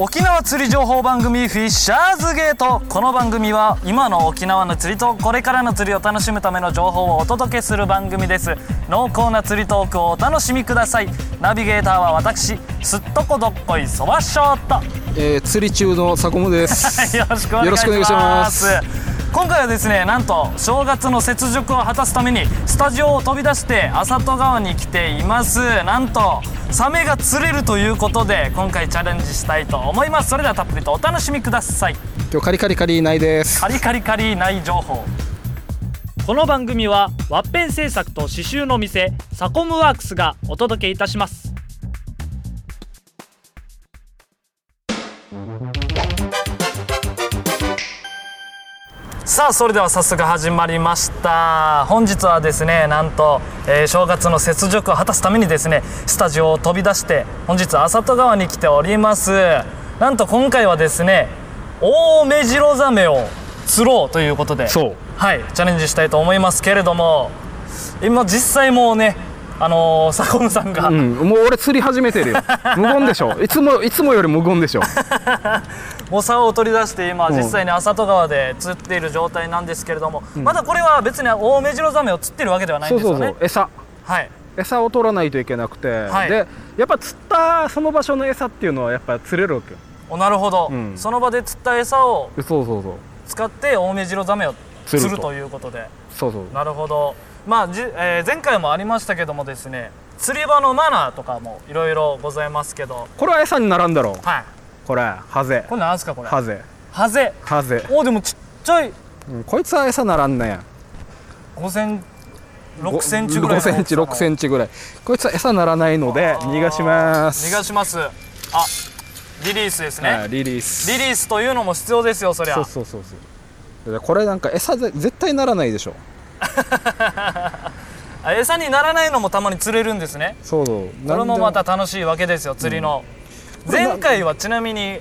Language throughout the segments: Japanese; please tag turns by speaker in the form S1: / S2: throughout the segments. S1: 沖縄釣り情報番組フィッシャーズゲートこの番組は今の沖縄の釣りとこれからの釣りを楽しむための情報をお届けする番組です濃厚な釣りトークをお楽しみくださいナビゲーターは私すっとこどっこいそばショート
S2: えー、釣り中のサコムです。
S1: よろしくお願いし
S2: よろ
S1: ま
S2: しく
S1: す
S2: お願いします
S1: 今回はですねなんと正月の雪辱を果たすためにスタジオを飛び出して浅戸川に来ていますなんとサメが釣れるということで今回チャレンジしたいと思いますそれではたっぷりとお楽しみください
S2: 今日カリカリカリないです。
S1: カリカリカリない情報この番組はワッペン製作と刺繍の店サコムワークスがお届けいたしますさあそれでは早速始まりました本日はですねなんと、えー正月の雪辱を果たすためにですねスタジオを飛び出して本日浅戸川に来ておりますなんと今回はですねオオメジロザメを釣ろうということで
S2: そう
S1: はいチャレンジしたいと思いますけれども今実際もうねあのー、サコムさんが、
S2: うん、もう俺釣り始めて るよ。無言でしょ。いつもいつもより無言でしょ。
S1: お竿を取り出して今
S2: ん
S1: 実際に浅戸川で釣っている状態なんですけれども、まだこれは別にオオメジロザメを釣ってるわけではないんで
S2: そう
S1: すよ
S2: そ
S1: ね
S2: うそう。餌
S1: はい
S2: 餌を取らないといけなくて、
S1: はい
S2: でやっぱ釣ったその場所の餌っていうのはやっぱ釣れるわけよ。
S1: おなるほど、
S2: ん
S1: その場で釣った餌を
S2: そうそうそう。
S1: 使ってオオメジロザメを釣
S2: 釣
S1: る
S2: ると
S1: ということで
S2: そうそう。
S1: なるほどまあじ、えー前回もありましたけどもですね釣り場のマナーとかもいろいろございますけど
S2: これは餌にならんだろう。
S1: はい
S2: これハゼ
S1: これなんですかこれ
S2: ハゼ
S1: ハゼ
S2: ハゼ。
S1: おでもちっちゃい
S2: うんこいつは餌ならんねん。
S1: 5セン
S2: ご
S1: 6センチぐらいの大きさ
S2: 5
S1: の
S2: センチ6センチぐらい。こいつは餌ならないので逃がします。
S1: 逃がしますあリリースですね、
S2: はいリリース。
S1: リリースというのも必要ですよそりゃ
S2: そうそうそうそうでこれなんか餌で絶対ならないでしょ
S1: あ餌にならないのもたまに釣れるんですね
S2: そうそう
S1: これもまた楽しいわけですよ釣りの、前回はちなみに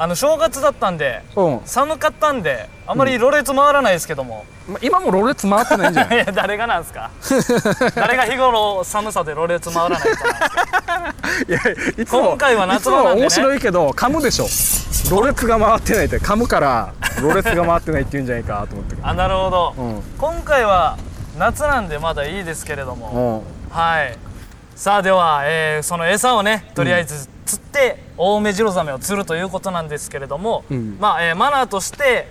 S1: あの正月だったんで
S2: うん、ま
S1: 寒かったんであまりろれつ回らないですけども、
S2: 今もロレツ回って ないんじゃない
S1: いや誰がなんす か誰が日頃寒さでろれつ回らないかない
S2: やいつ
S1: 今回は夏場なんでね
S2: いつも面白いけど噛むでしょロレツが回ってないって噛むからロレツが回ってないって言うんじゃないかと思って
S1: あなるほど、
S2: うん
S1: 今回は夏なんでまだいいですけれども、
S2: うん
S1: はいさあでは、えーその餌をねとりあえず釣って、オオメジロザメを釣るということなんですけれども、
S2: ん
S1: まあ、えーマナーとして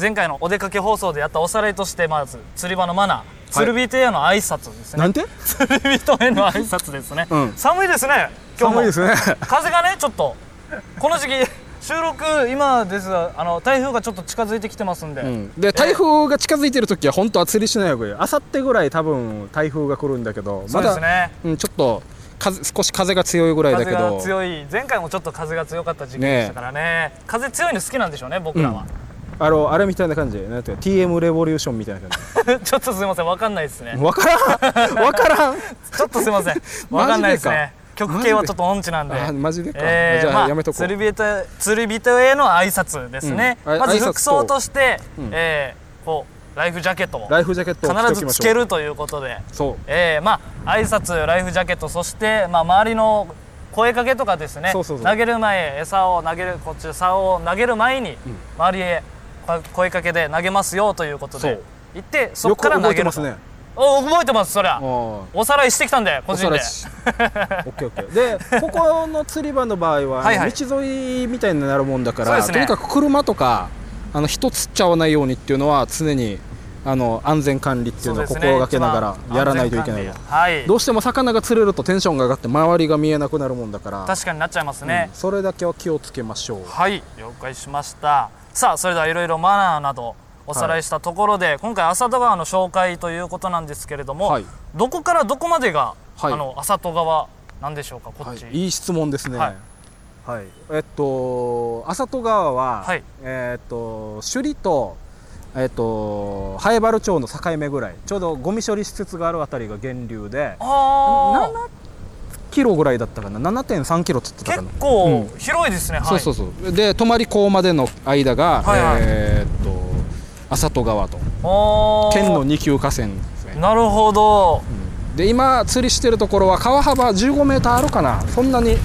S1: 前回のお出かけ放送でやったおさらいとしてまず釣り場のマナー釣り人への挨拶ですね、
S2: なんて
S1: 釣り人への挨拶ですね、
S2: うん
S1: 寒いですね今日も
S2: 寒いですね
S1: 風がねちょっとこの時期収録今ですがあの台風がちょっと近づいてきてますんで、
S2: うんで台風が近づいてる時は本当は釣りしない方がいいあさってぐらい多分台風が来るんだけど
S1: そう
S2: ま
S1: で
S2: だ
S1: すね
S2: うん、ちょっと風少し風が強いぐらいだ
S1: 風
S2: けど
S1: が強い前回もちょっと風が強かった時期でしたからね風強いの好きなんでしょうね僕らは、
S2: あのあれみたいな感じなんていうの TM レボリューションみたいな感 じ
S1: ちょっとすいませんわかんないですね
S2: わからんわからん
S1: ちょっとすいま せんわかんないですね
S2: マジでか
S1: 曲系はちょっと音痴なんで
S2: あマジでか、
S1: えー
S2: じゃあ、
S1: まあ
S2: やめとこう
S1: 釣り人釣り人への挨拶ですね、
S2: うんあ
S1: まず
S2: 挨拶と
S1: 服装として、えーこうライフジャケットを
S2: ライフジャケットを着てお
S1: 必
S2: き
S1: ず
S2: ましょう
S1: つけるということで
S2: そ
S1: えー、まあ挨拶ライフジャケットそして、まあ、周りの声かけとかですね
S2: そうそうそう
S1: 投げる前餌を投げるこっち竿を投げる前に、周りへこ声かけで投げますよということ
S2: そ
S1: で
S2: う
S1: 行って
S2: う
S1: そ
S2: よ
S1: こ
S2: く
S1: から
S2: 覚
S1: 投
S2: え
S1: げ
S2: て
S1: る
S2: ますね
S1: お覚えてますそりゃ
S2: お
S1: おさらいしてきたんで個
S2: おさ
S1: 人
S2: ら
S1: で
S2: いしオッケーオッケーでここの釣り場の場合は、
S1: はいはい
S2: 道沿いみたいになるもんだか
S1: そう
S2: ら、
S1: ですね
S2: とにかく車とかあの人釣っちゃわないようにっていうのは常にあの安全管理っていうのを心がけながらやらないといけないよ
S1: はい
S2: どうしても魚が釣れるとテンションが上がって周りが見えなくなるもんだから
S1: 確かになっちゃいますね、
S2: それだけは気をつけましょう
S1: はい了解しましたさあそれではいろいろマナーなどおさらいしたところで、今回浅戸川の紹介ということなんですけれども、
S2: はい
S1: どこからどこまでが、
S2: はい
S1: あの浅戸川なんでしょうかこ
S2: は
S1: っち、
S2: い、いい質問ですね。
S1: は
S2: はいい。えっと、浅戸川は、
S1: はい
S2: えっと、首里と。えっと、南原町の境目ぐらい、ちょうどゴミ処理施設があるあたりが源流で。
S1: あ
S2: 7キロぐらいだったかな、7.3キロっつって
S1: ー
S2: たか
S1: 結
S2: な。
S1: 構広いですね、
S2: そうそうそう、で、泊港までの間が、
S1: はいはい
S2: えっと、浅戸川と。
S1: はい
S2: 県の
S1: あ
S2: 二級河川です
S1: ー
S2: ね。
S1: なるほど
S2: で、今釣りしてるところは川幅15メーターあるかな、そんなに。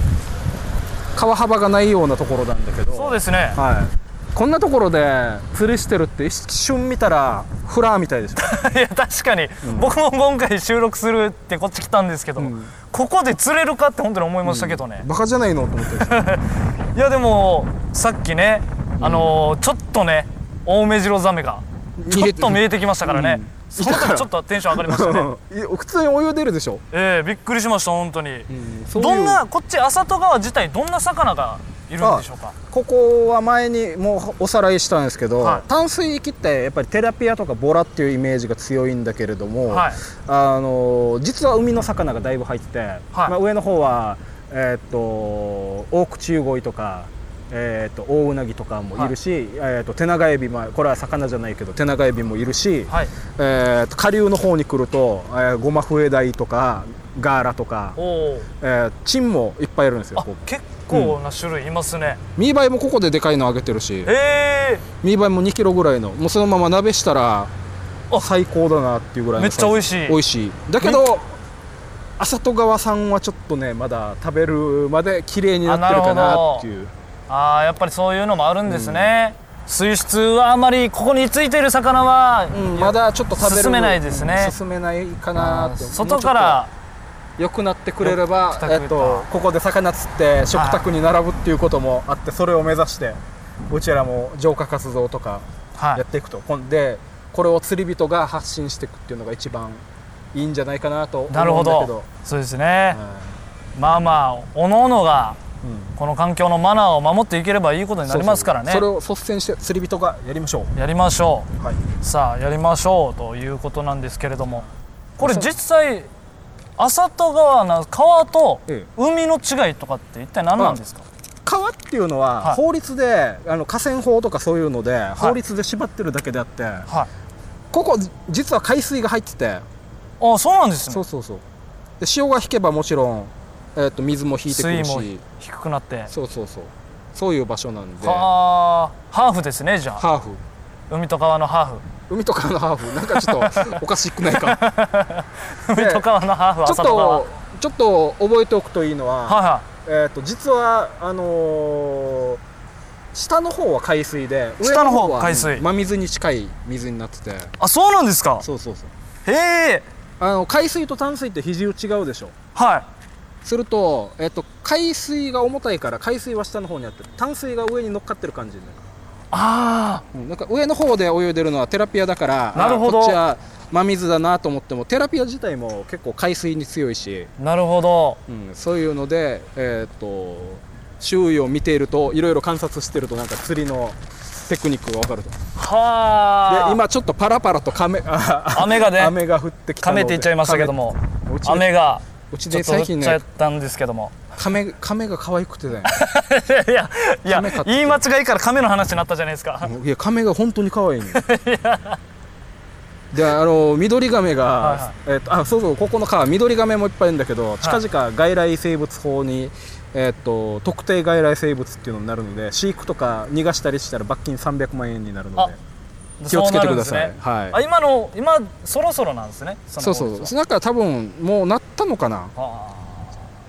S2: 川幅がないようなところなんだけど
S1: そうですね
S2: はい、こんなところで釣りしてるって一瞬見たらフラーみた いでしょ
S1: いや確かに、僕も今回収録するってこっち来たんですけど、
S2: ん
S1: ここで釣れるかって本当に思いましたけどね、
S2: バカじゃないのと思ってる
S1: いやでもさっきねあのーちょっとねオオメジロザメがちょっと見えてきましたからね、
S2: うん
S1: その時ちょっとテンション上がりました ね
S2: いや普通に泳いでるでしょ、
S1: ええびっくりしました本当に、
S2: そういう
S1: どんなこっち浅戸川自体どんな魚がいるんでしょうか
S2: ここは前にもうおさらいしたんですけど、
S1: はい
S2: 淡水域ってやっぱりテラピアとかボラっていうイメージが強いんだけれども、
S1: はい
S2: あの実は海の魚がだいぶ入ってて、まあ、上の方は、えーっとオオクチウゴイとか、えーっとオオウナギとかもいるし、えーっと手長エビもこれは魚じゃないけど手長エビもいるし、
S1: はい
S2: えーっと下流の方に来ると、えーゴマフエダイとかガーラとか、
S1: おお
S2: えーチンもいっぱいいるんですよ
S1: あ
S2: ここ
S1: 結構な種類いますね、
S2: 見栄えもここででかいのあげてるし
S1: え
S2: 見栄えも2キロぐらいのもうそのまま鍋したら
S1: あ
S2: 最高だなっていうぐらいの
S1: めっちゃ美味しい
S2: 美味しいだけど浅戸川さんはちょっとねまだ食べるまで綺麗になってるかなっていう
S1: ー、ああやっぱりそういうのもあるんですね、水質はあまりここについている魚は、
S2: うんまだちょっと食べる
S1: 進めないですね
S2: うん進めないかなって
S1: 外から
S2: 良くなってくれれば
S1: 食卓、
S2: えっと、ここで魚釣って食卓に並ぶっていうこともあってそれを目指してうちらも浄化活動とか
S1: は
S2: やっていくと、こんでこれを釣り人が発信していくっていうのが一番いいんじゃないかなと思うん
S1: い
S2: だ
S1: な
S2: け
S1: る
S2: ど
S1: ほどそうですね、
S2: は
S1: まあまあおのおのが
S2: いうん
S1: この環境のマナーを守っていければいいことになりますからね
S2: そうそうそれを率先して釣り人がやりましょ
S1: やりましょ
S2: う、はい、
S1: うさあやりましょうということなんですけれどもこれ実際浅戸川の川と
S2: ええ
S1: 海の違いとかって一体何なんですか、
S2: 川っていうのは、
S1: はい
S2: 法律であの河川法とかそういうので、法律で縛ってるだけであって
S1: はい
S2: ここ実は海水が入ってて
S1: ああそうなんです
S2: そ
S1: ね
S2: うそうそうで潮が引けばもちろん、えー、と水も引いてく
S1: 水
S2: る
S1: 位も
S2: し
S1: 低くなって
S2: そうそうそうそういう場所なんでハ
S1: はあハーフですねじゃあ
S2: ーフ
S1: 海と川のハ
S2: 海と川のハーフなんかちょっとおかしくないか
S1: ーフ
S2: で
S1: 海と川のハーフ
S2: ちょっ
S1: 浅戸川は
S2: とちょっと覚えておくといいの
S1: い
S2: は、
S1: は
S2: えー、と実はあのー下の方は海水で
S1: 下の方
S2: 上は
S1: 海水
S2: うん真水に近い水になってて
S1: いあそうなんですか
S2: そうそうそう
S1: へえ
S2: あの海水と淡水って比重違うでしょ
S1: はい
S2: すると、えっと、海水が重たいから海水は下の方にあって淡水が上に乗っかってる感じになる
S1: あ
S2: うんなんか上の方で泳いでるのはテラピアだから
S1: なるほど
S2: あこっちは真水だなと思ってもテラピア自体も結構海水に強いし、
S1: あなるほど
S2: うん、そういうので、えーっと周囲を見ているといろいろ観察してるとなんか釣りのテクニックが分かるとで
S1: はあ
S2: 今ちょっとパラパラと雨あ
S1: 雨がね
S2: 雨が降ってきた
S1: か
S2: ので
S1: めていっちゃいましたけども
S2: 亀うち
S1: 雨が
S2: うち
S1: ちょ
S2: で
S1: っと降
S2: 最
S1: っ
S2: 近
S1: ちゃ
S2: ね
S1: ったんですけども
S2: 亀亀が可愛くてね
S1: いやいや
S2: 亀飼って
S1: 言い間違いから亀の話になったじゃないですか
S2: いや亀が本当に可愛いねであの緑亀が、
S1: はいはい
S2: えっとあそうそうここの川緑亀もいっぱいいるんだけど近々外来生物法に、えっと特定外来生物っていうのになるので飼育とか逃がしたりしたら罰金300万円になるので気をつけてくださ
S1: そうな
S2: い
S1: るんですね
S2: は
S1: あ
S2: い
S1: 今の今そろそろなんですねその
S2: そう
S1: 法
S2: そ
S1: 律
S2: う
S1: は
S2: そうなんか多分もうなったのかな
S1: あ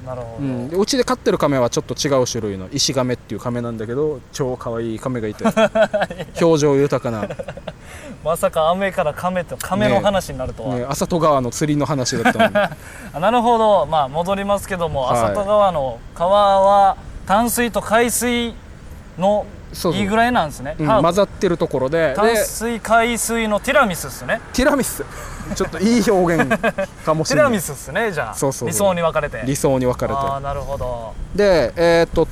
S1: あなるほ
S2: う
S1: ど、
S2: ん、でうちで飼ってる亀はちょっと違う種類の石亀っていう亀なんだけど超可愛い亀が いて表情豊かな
S1: まさか雨から亀と亀の話になるとは、
S2: ね、浅戸川の釣りの話だったのに
S1: あなるほどまあ戻りますけども、
S2: はい
S1: 浅戸川の川は淡水と海水の
S2: そうそう
S1: いいぐらいなんですね
S2: うん
S1: あ
S2: 混ざってるところで
S1: 淡
S2: で
S1: 水海水のティラミスっすね
S2: ティラ ミスちょっといい表現かもし
S1: テ
S2: れ
S1: ィ
S2: な
S1: ラ
S2: い
S1: ミスっすねじゃあ
S2: そうそうそう
S1: 理想に分かれて
S2: 理想に分かれて
S1: ああなるほど
S2: でえーっと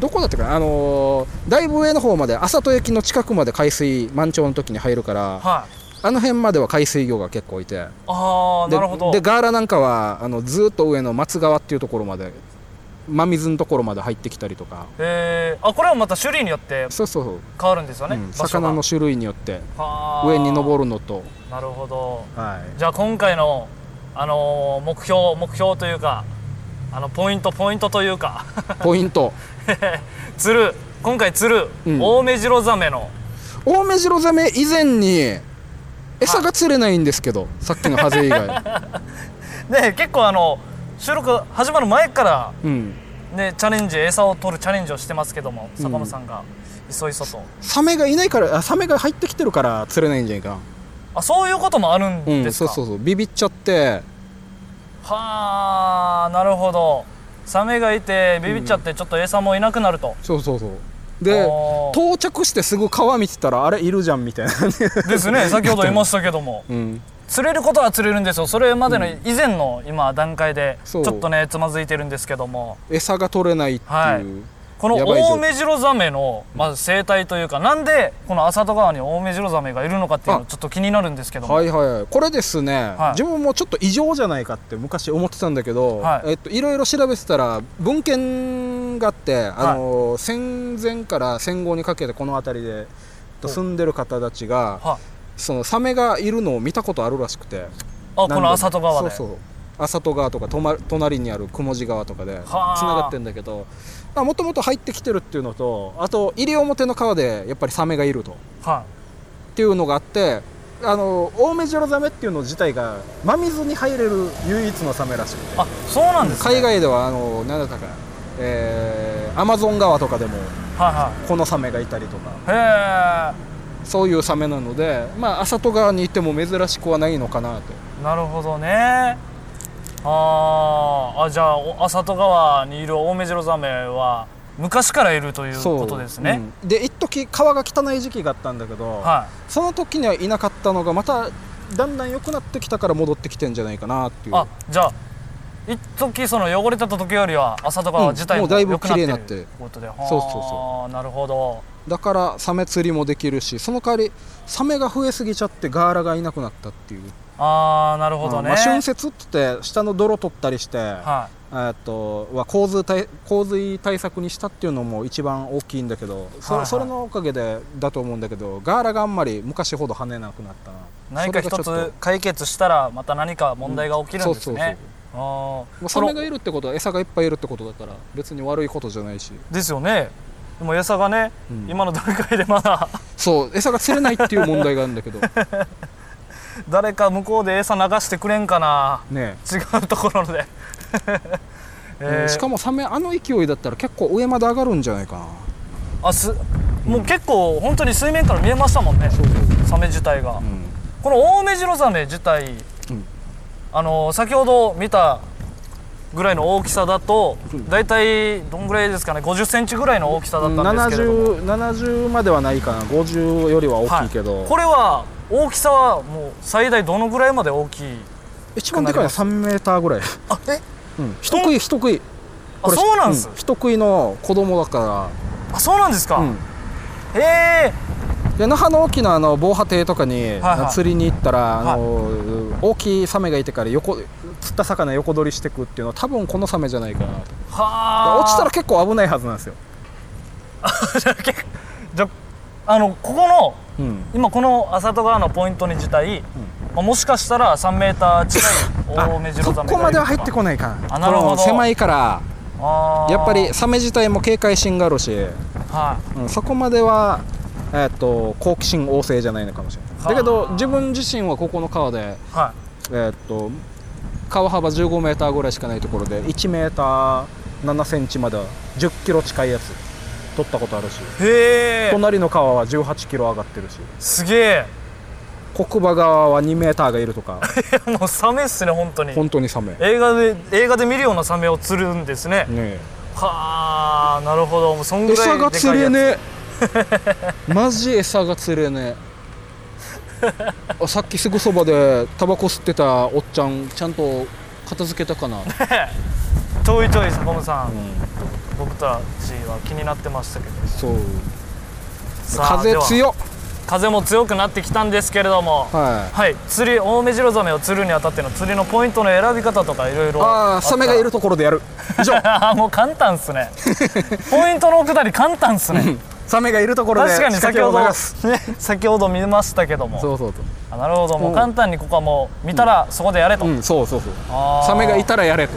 S2: どこだったかなあのーだいぶ上の方まで浅戸駅の近くまで海水満潮の時に入るから
S1: はい
S2: あの辺までは海水魚が結構いて
S1: ああ
S2: で
S1: なるほど
S2: でガーラなんかはあのずーっと上の松川っていうところまで真水のところまで入ってきたりとか
S1: えー、あこれはまた種類によって
S2: そうそうそう、
S1: 変わるんですよね、
S2: うん
S1: 場所が
S2: 魚の種類によって上
S1: 上
S2: に登るのと、
S1: るなるほど
S2: はい、
S1: じゃあ今回の、あのー目標目標というかあのポイントポイントというか
S2: ポイント
S1: 釣る今回釣る、
S2: うん
S1: オオメジロザメの
S2: オオメジロザメ以前に餌が釣れないんですけどさっきのハゼ以外
S1: ね結構あの収録始まる前から
S2: うん
S1: ね、チャレンジ餌を取るチャレンジをしてますけども坂本さんがいそいそと、
S2: サメがいないからあサメが入ってきてるから釣れないんじゃないかな
S1: あそういうこともあるん
S2: うん
S1: です
S2: そ
S1: か、
S2: うそうそうビビっちゃって
S1: はあなるほどサメがいてビビっちゃってちょっと餌もいなくなると、
S2: そうそうそうで
S1: おー
S2: 到着してすぐ川見てたらあれいるじゃんみたいな、
S1: です ね先ほど言いましたけども
S2: うん、
S1: 釣れることは釣れるんですよそれまでの以前の今段階でち
S2: そ
S1: ょ
S2: う
S1: っとねつまずいてるんですけども
S2: 餌が取れないっていう、
S1: はいこの
S2: やばい
S1: オ
S2: 状況
S1: オメジロザメのまず生態というかなんでこの浅戸川にオオメジロザメがいるのかっていうの
S2: あ
S1: ちょっと気になるんですけども、
S2: はいはいはいこれですね、
S1: い
S2: 自分もちょっと異常じゃないかって昔思ってたんだけど、
S1: はい
S2: えっと、いろいろ調べてたら文献があって、あの戦前から戦後にかけてこの辺りでえっと
S1: お
S2: 住んでる方たちが
S1: はい
S2: そのサメがいるのを見たことあるらしくて
S1: あこの浅戸川で
S2: そうそう浅戸川とかとま隣にある雲地川とかでつな
S1: あ
S2: がってんだけどもともと入ってきてるっていうのとあと西表の川でやっぱりサメがいると。
S1: は
S2: っていうのがあってあのオオメジロザメっていうの自体が真水に入れる唯一のサメらしくて
S1: い、あそうなんです、ね、
S2: 海外ではあの何だったかな、えーアマゾン川とかでも
S1: は
S2: このサメがいたりとか
S1: いはいへ
S2: そういうサメなのでまあ浅戸川にいても珍しくはないのかなと
S1: えなるほどねあーあじゃあお浅戸川にいるオオメジロザメは昔からいるという
S2: そう
S1: ことですね、、
S2: うんで一時川が汚い時期があったんだけど、
S1: は
S2: その時にはいなかったのがまただんだん良くなってきたから戻ってきてんじゃないかなって
S1: い
S2: いう
S1: あじゃあ一時その汚れた時よりは浅戸川自体
S2: う
S1: も
S2: んもうだいぶ
S1: 良くなってる
S2: 綺麗になって
S1: ということでそう
S2: そうそ
S1: なるほど
S2: だからサメ釣りもできるしその代わりサメが増えすぎちゃってガーラがいなくなったっていう
S1: ああなるほどね、
S2: まあ、春節って言って下の泥取ったりして、
S1: は
S2: えーっとは洪水対洪水対策にしたっていうのも一番大きいんだけどそ,、
S1: はいはい、
S2: それのおかげでだと思うんだけどガーラがあんまり昔ほど跳ねなくなったない
S1: 何か
S2: それがちょ
S1: 一
S2: っと
S1: つ解決したらまた何か問題が起きるんです
S2: うんそうそう
S1: ねあー
S2: もう
S1: そ
S2: サ
S1: の
S2: メがいるってことは餌がいっぱいいるってことだから別に悪いことじゃないし、
S1: ですよねでも餌がね、
S2: うん
S1: 今の段階でまだ
S2: そう餌が釣れないっていう問題があるんだけどね
S1: 誰か向こうで餌流してくれんかな
S2: え
S1: 違うところで、えー
S2: うんしかもサメあの勢いだったら結構上まで上がるんじゃないかな
S1: あすもう結構本当に水面から見えましたもんね
S2: そうそう、
S1: サメ自体が、
S2: うん
S1: このオオメジロザメ自体、
S2: うん
S1: あの先ほど見たぐらいの大きさだと、
S2: うん
S1: だいたいどんぐらいですかね50センチぐらいの大きさだったんですけれども、
S2: 70, 70まではないかな50よりは大きいけど、
S1: はいこれは大きさはもう最大どのぐらいまで大きい
S2: 一番でかいのは3メーターぐらい
S1: あえ
S2: うん人食い人食い
S1: あそうなんです、
S2: う人食いの子供だか
S1: あそうなんですか、
S2: ら、うん、
S1: ええ
S2: で那覇の大きなあの防波堤とかに、
S1: はい
S2: 釣りに行ったら、
S1: はい
S2: あの大きいサメがいてから横釣った魚横取りしてくっていうのは多分このサメじゃないかなと
S1: はあ
S2: 落ちたら結構危ないはずなんですよ、
S1: じゃ あのここの
S2: うん、
S1: 今この浅戸川のポイントに自体、まあ、もしかしたら3メーター近いオオメジロ
S2: そ
S1: ザメ
S2: こまでは入って
S1: ない
S2: こないかな
S1: あなるほど
S2: この狭いから
S1: あー
S2: やっぱりサメ自体も警戒心があるし、
S1: はい
S2: うん、そこまでは、えー、と好奇心旺盛じゃないのかもしれ
S1: は
S2: な
S1: あ
S2: いだけど自分自身はここの川で、
S1: は
S2: えー、と川幅1 5メーターぐらいしかないところで1メーター7センチまで1 0キロ近いやつ取ったことあるし
S1: いへえ
S2: 隣の川は1 8キロ上がってるし
S1: すげ
S2: 国馬川は2メーターがいる とか
S1: え もうサメっすね本当に
S2: 本当にサメね
S1: 映画で映画で見るようなサメを釣るんですね、
S2: え
S1: はあなるほどもうそんぐらい
S2: 餌
S1: でかい
S2: が
S1: やつ
S2: 釣れねえ マジ餌が釣れねえあさっきすぐそばでタバコ吸ってたおっちゃんちゃんと片付けたかな、
S1: ちょいちょい坂本さん、
S2: うん、
S1: 僕たちは気になってましたけど
S2: そう
S1: さあ
S2: 風
S1: では
S2: 強っ
S1: 風も強くなってきたんですけれども
S2: はい
S1: はい釣りオオメジロザメを釣るにあたっての釣りのポイントの選び方とかいろいろ
S2: ああサメがいるところでやる以上
S1: もう簡単っす ねポイントの下り簡単っすね
S2: サメがいるところで
S1: 確かに
S2: 仕
S1: 先
S2: 掛け
S1: ほ
S2: を
S1: ど
S2: 流
S1: ね
S2: す
S1: 先ほど見ましたけども
S2: そうそうそ
S1: あなるほどもう
S2: うん
S1: 簡単にここはもう見たらそこでやれと、
S2: ううんそうそうそう
S1: あー
S2: サメがいたらやれと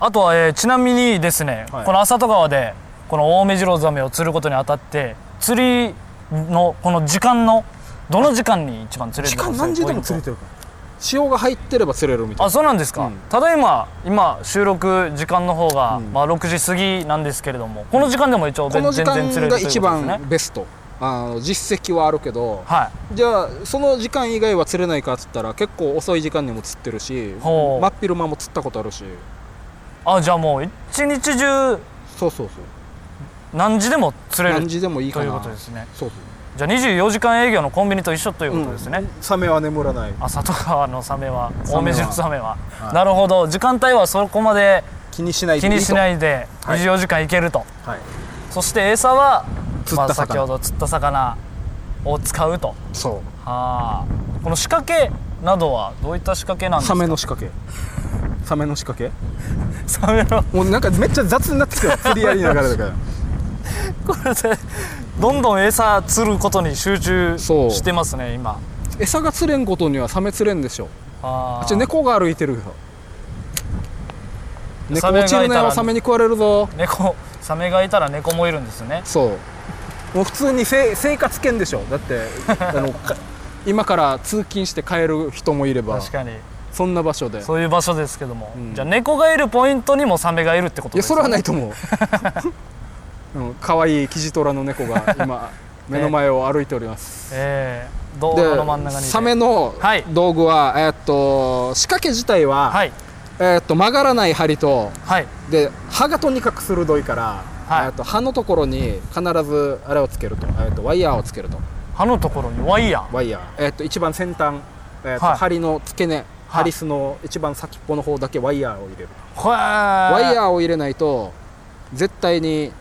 S1: あとは、えーちなみにですね、
S2: はい
S1: この浅戸川でこのオオメジロザメを釣ることにあたって釣りのこの時間のどの時間に一番釣れる
S2: 時
S1: んですか
S2: 間何時でも
S1: そう
S2: 釣
S1: いう
S2: れ
S1: ポイン
S2: てるから塩が入ってれば釣れるみたい
S1: あそうなんですか、
S2: うん
S1: ただいま今収録時間の方が、
S2: うん
S1: まあ、6時過ぎなんですけれどもこの時間でも一応
S2: なこ
S1: 全
S2: の時
S1: 全然釣れると
S2: 間
S1: いう
S2: が
S1: ことです
S2: 一
S1: ね
S2: 番ベストあの実績はあるけど、
S1: は
S2: じゃあその時間以外は釣れないかっつったら結構遅い時間にも釣ってるし
S1: ほう
S2: 真っ昼間も釣ったことあるし
S1: いあじゃあもう一日中
S2: そうそうそう
S1: 何時でも釣れる
S2: 何時でもいい
S1: と
S2: か
S1: いう
S2: な
S1: ことですね
S2: そう
S1: じゃあ24時間営業のコンビニと一緒という
S2: そう
S1: ことですね、
S2: んサメは眠らない
S1: あ里川のサメは
S2: サメは
S1: 青梅汁サメは、
S2: はい
S1: なるほど時間帯はそこまで
S2: 気にしない、
S1: 気にしないいで
S2: はい
S1: 24時間いけると、
S2: はい、
S1: そして餌は
S2: 釣った魚
S1: まあ、先ほど釣った魚を使うと
S2: そ
S1: はあこの仕掛けなどはどういった仕掛けなん
S2: う
S1: ですか
S2: サメの仕掛けサメの仕掛け
S1: サメの
S2: もうなんかめっちゃ雑になってき た釣りやりながらだから
S1: これでどんどん餌釣ることに集中
S2: そう
S1: してますね今
S2: 餌が釣れんことにはサメ釣れんでしょ
S1: あ
S2: あ
S1: ー
S2: っち猫が歩いてるよ猫
S1: サメがい
S2: 落
S1: た
S2: ち
S1: ら
S2: るなよサメに食われるぞ
S1: 猫サメがいたら猫もいるんですね
S2: そうもう普通にせい生活圏でしょだって あのか今から通勤して帰る人もいれば
S1: 確かに
S2: そんな場所で
S1: そういう場所ですけども、
S2: うん
S1: じゃあ猫がいるポイントにもサメがいるってこと
S2: い
S1: で
S2: や
S1: す
S2: そ
S1: よ
S2: れは
S1: ね
S2: ないと思う うん可愛、いキジトラの猫が今目の前を歩いております、
S1: ええ動
S2: で
S1: 画の真ん中にいて
S2: サメの
S1: はい
S2: 道具は、えーっと仕掛け自体は、
S1: はい
S2: えーっと曲がらない針と
S1: はい
S2: で歯がとにかく鋭いから、
S1: はい
S2: えーっと歯のところに必ずあれをつけると,、えーっとワイヤーをつけると
S1: 歯のところにワイヤー
S2: ワイヤー、えっと一番先端、えっと
S1: はい
S2: 針の付け根、ハリスの一番先っぽの方だけワイヤーを入れる、
S1: ワ
S2: ワイ
S1: ー
S2: ヤーを入れないと絶対に、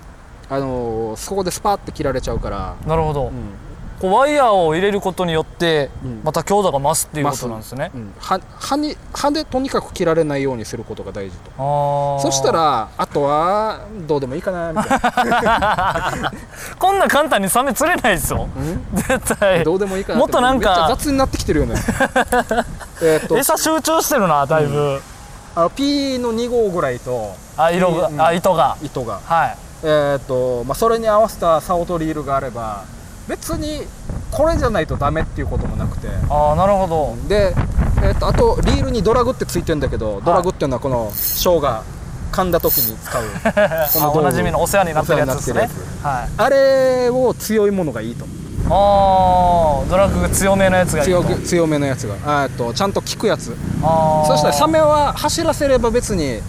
S2: あのーそこでスパッて切られちゃうから、
S1: なるほど、
S2: うん
S1: こうワイヤーを入れることによって、
S2: うん
S1: また強度が増すっていうことなんですね
S2: うん、は歯に歯でとにかく切られないようにすることが大事と
S1: あー
S2: そしたらあとはどうでもいいかなみたい な、
S1: こんな簡単にサメ釣れないですよ 絶対
S2: どうでもいいかな
S1: もっとなんか
S2: めっちゃ雑になってきてるよ ねえっと
S1: 餌集中してるなだいぶ、
S2: あの P の2号ぐらいと
S1: あ色が、
S2: うん
S1: あ糸が
S2: 糸が
S1: はい
S2: えーとまあ、それに合わせた竿とリールがあれば別にこれじゃないとダメっていうこともなくて
S1: ああなるほど
S2: で、えー、とあとリールにドラグってついてるんだけどドラグっていうのはこの生姜噛んだ時 に使うこ
S1: あ
S2: の道具
S1: おなじみのお世話になってるやつですね
S2: お世話になってる
S1: はい
S2: あれを強いものがいいと
S1: ああドラッグが強めのやつがいいと
S2: 強く強めのやつがあーとちゃんと効くやつ
S1: あー
S2: そしたらサメは走らせれば別に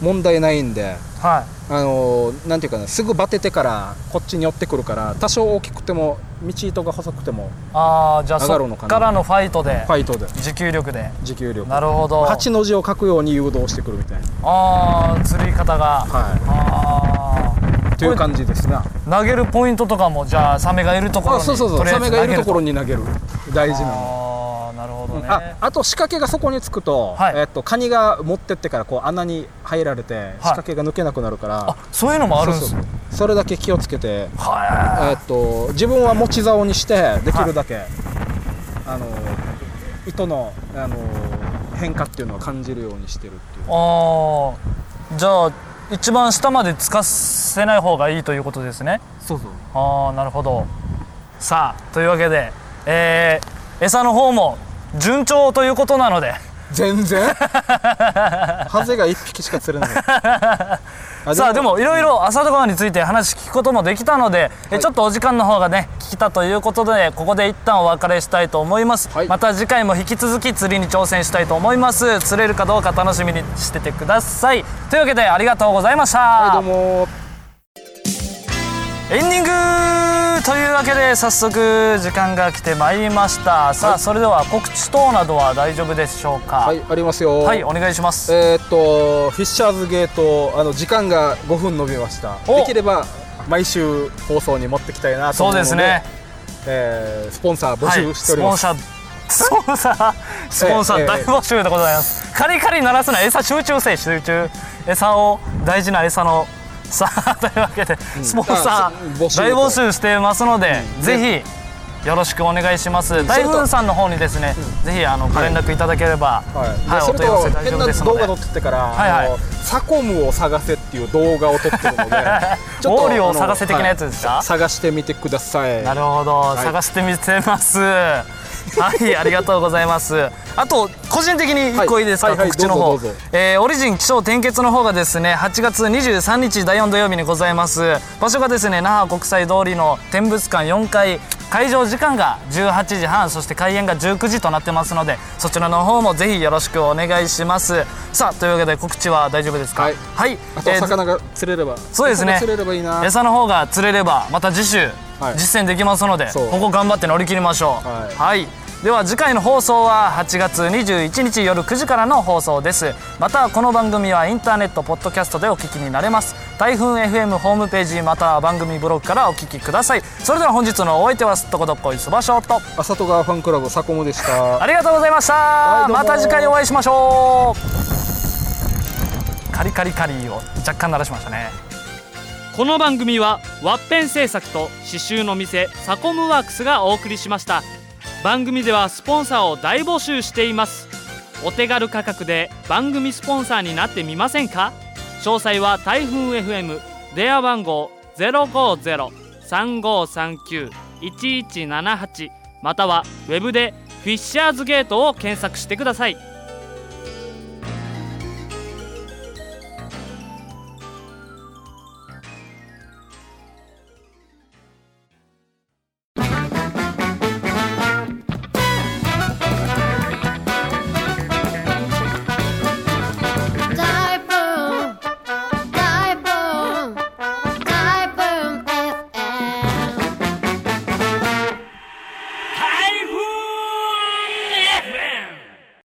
S2: 問題ないんで
S1: は
S2: あのーなんていうかねすぐバテてからこっちに寄ってくるから多少大きくても道糸が細くても
S1: いああじゃあ
S2: 上がる
S1: そ
S2: の
S1: っ
S2: かな
S1: からのファイトで
S2: ファイトで
S1: 持久力で
S2: 持久力
S1: なるほど
S2: 8の字を書くように誘導してくるみたいな、
S1: ああ釣り方が、
S2: は
S1: ああ
S2: い、という感じですね
S1: 投げるポイントとかもじゃあサメがいるところ
S2: あ
S1: に
S2: そうそうそう
S1: とりあえ
S2: サ
S1: ず
S2: メがいるところ
S1: に
S2: に投げる大事なの
S1: ああなるほどね、
S2: ああと仕掛けがそこにつくと,、
S1: はい
S2: えっとカニが持ってってからこう穴に入られて仕掛けが抜けなくなるから、
S1: あそういうのもあるんです
S2: そうそうそれだけ気をつけて、
S1: は
S2: えっと自分は持ち竿にしてできるだけ、あの糸のあの変化っていうのを感じるようにしてるっていう
S1: いああじゃあ一番下までつかせない方がいいということですね
S2: そうそう
S1: ああなるほどさあというわけでえー餌の方も順調ということなので
S2: 全然 ハゼが1匹しか 釣れないあ
S1: さあでもいろいろ朝ド川について話聞くこともできたので、え
S2: はい
S1: ちょっとお時間の方がね聞きたということでここで一旦お別れしたいと思います、
S2: はい
S1: また次回も引き続き釣りに挑戦したいと思います釣れるかどうか楽しみにしててくださいというわけでありがとうございました、
S2: はいどうも
S1: エンディングというわけで早速時間が来てまいりましたさあ、
S2: はい
S1: それでは告知等などは大丈夫でしょうか
S2: はいありますよ
S1: はい、お願いします。
S2: えーっとフィッシャーズゲートあの時間が5分伸びました
S1: お
S2: できれば毎週放送に持ってきたいなと
S1: そう
S2: 思うの
S1: で
S2: です
S1: ね。
S2: えースポンサー募集しております、
S1: はいスポンサ ー、スポンサー、スポンサ
S2: え
S1: ー
S2: え
S1: 大募集でございます。カリカリ鳴らすな、餌集中せい、集中。餌を、大事な餌の、さあ、 というわけで、スポンサ
S2: あ
S1: ー、
S2: 募集
S1: 大募集してますので、ぜひ、よろしくお願いします。大風さんの方にですね、ぜひ、あの、ご連絡いただければ、
S2: はいで
S1: はい、
S2: そ
S1: お
S2: れ
S1: 問い合わせ
S2: と
S1: 大丈
S2: 変
S1: 夫
S2: な
S1: です
S2: 動
S1: の
S2: 画
S1: で
S2: 撮っ。てから、
S1: はいはい
S2: あのサコムを探せってっていう動画を撮ってるので
S1: ちょっと毛利を探せ的なやつですか
S2: はい探してみてください
S1: なるほど、
S2: い
S1: 探してみせます。 はい、ありがとうございます。あと個人的に一個いいですか、
S2: はいはいはい
S1: 告知の方
S2: どうぞどうぞ。
S1: えーオリジン気象転結の方がですね、8月23日第4土曜日にございます。場所がですね、那覇国際通りの展物館4階。会場時間が18時半そして開演が19時となってますのでそちらの方もぜひよろしくお願いしますさあというわけで告知は大丈夫ですか
S2: はい
S1: はい、
S2: あと
S1: えー
S2: 魚が釣れれば、
S1: そうですね
S2: 魚釣れればいいな
S1: 餌の方が釣れればまた次週
S2: はい
S1: 実践できますので、
S2: そう
S1: ここ頑張って乗り切りましょう
S2: はい
S1: はい、では次回の放送は8月21日夜9時からの放送ですまたこの番組はインターネットポッドキャストでお聞きになれます台風 FM ホームページまたは番組ブログからお聞きくださいそれでは本日のお相手はすっとこどっこいそばしょうと
S2: 浅戸川ファンクラブサコモでした
S1: ありがとうございました、
S2: いどう
S1: ま
S2: も
S1: た次回お会いしましょうカリカリカリを若干鳴らしましたね
S3: この番組はワッペン製作と刺繍の店サコムワークスがお送りしました番組ではスポンサーを大募集していますお手軽価格で番組スポンサーになってみませんか詳細は台風 FM 電話番号050-3539-1178またはウェブでフィッシャーズゲートを検索してください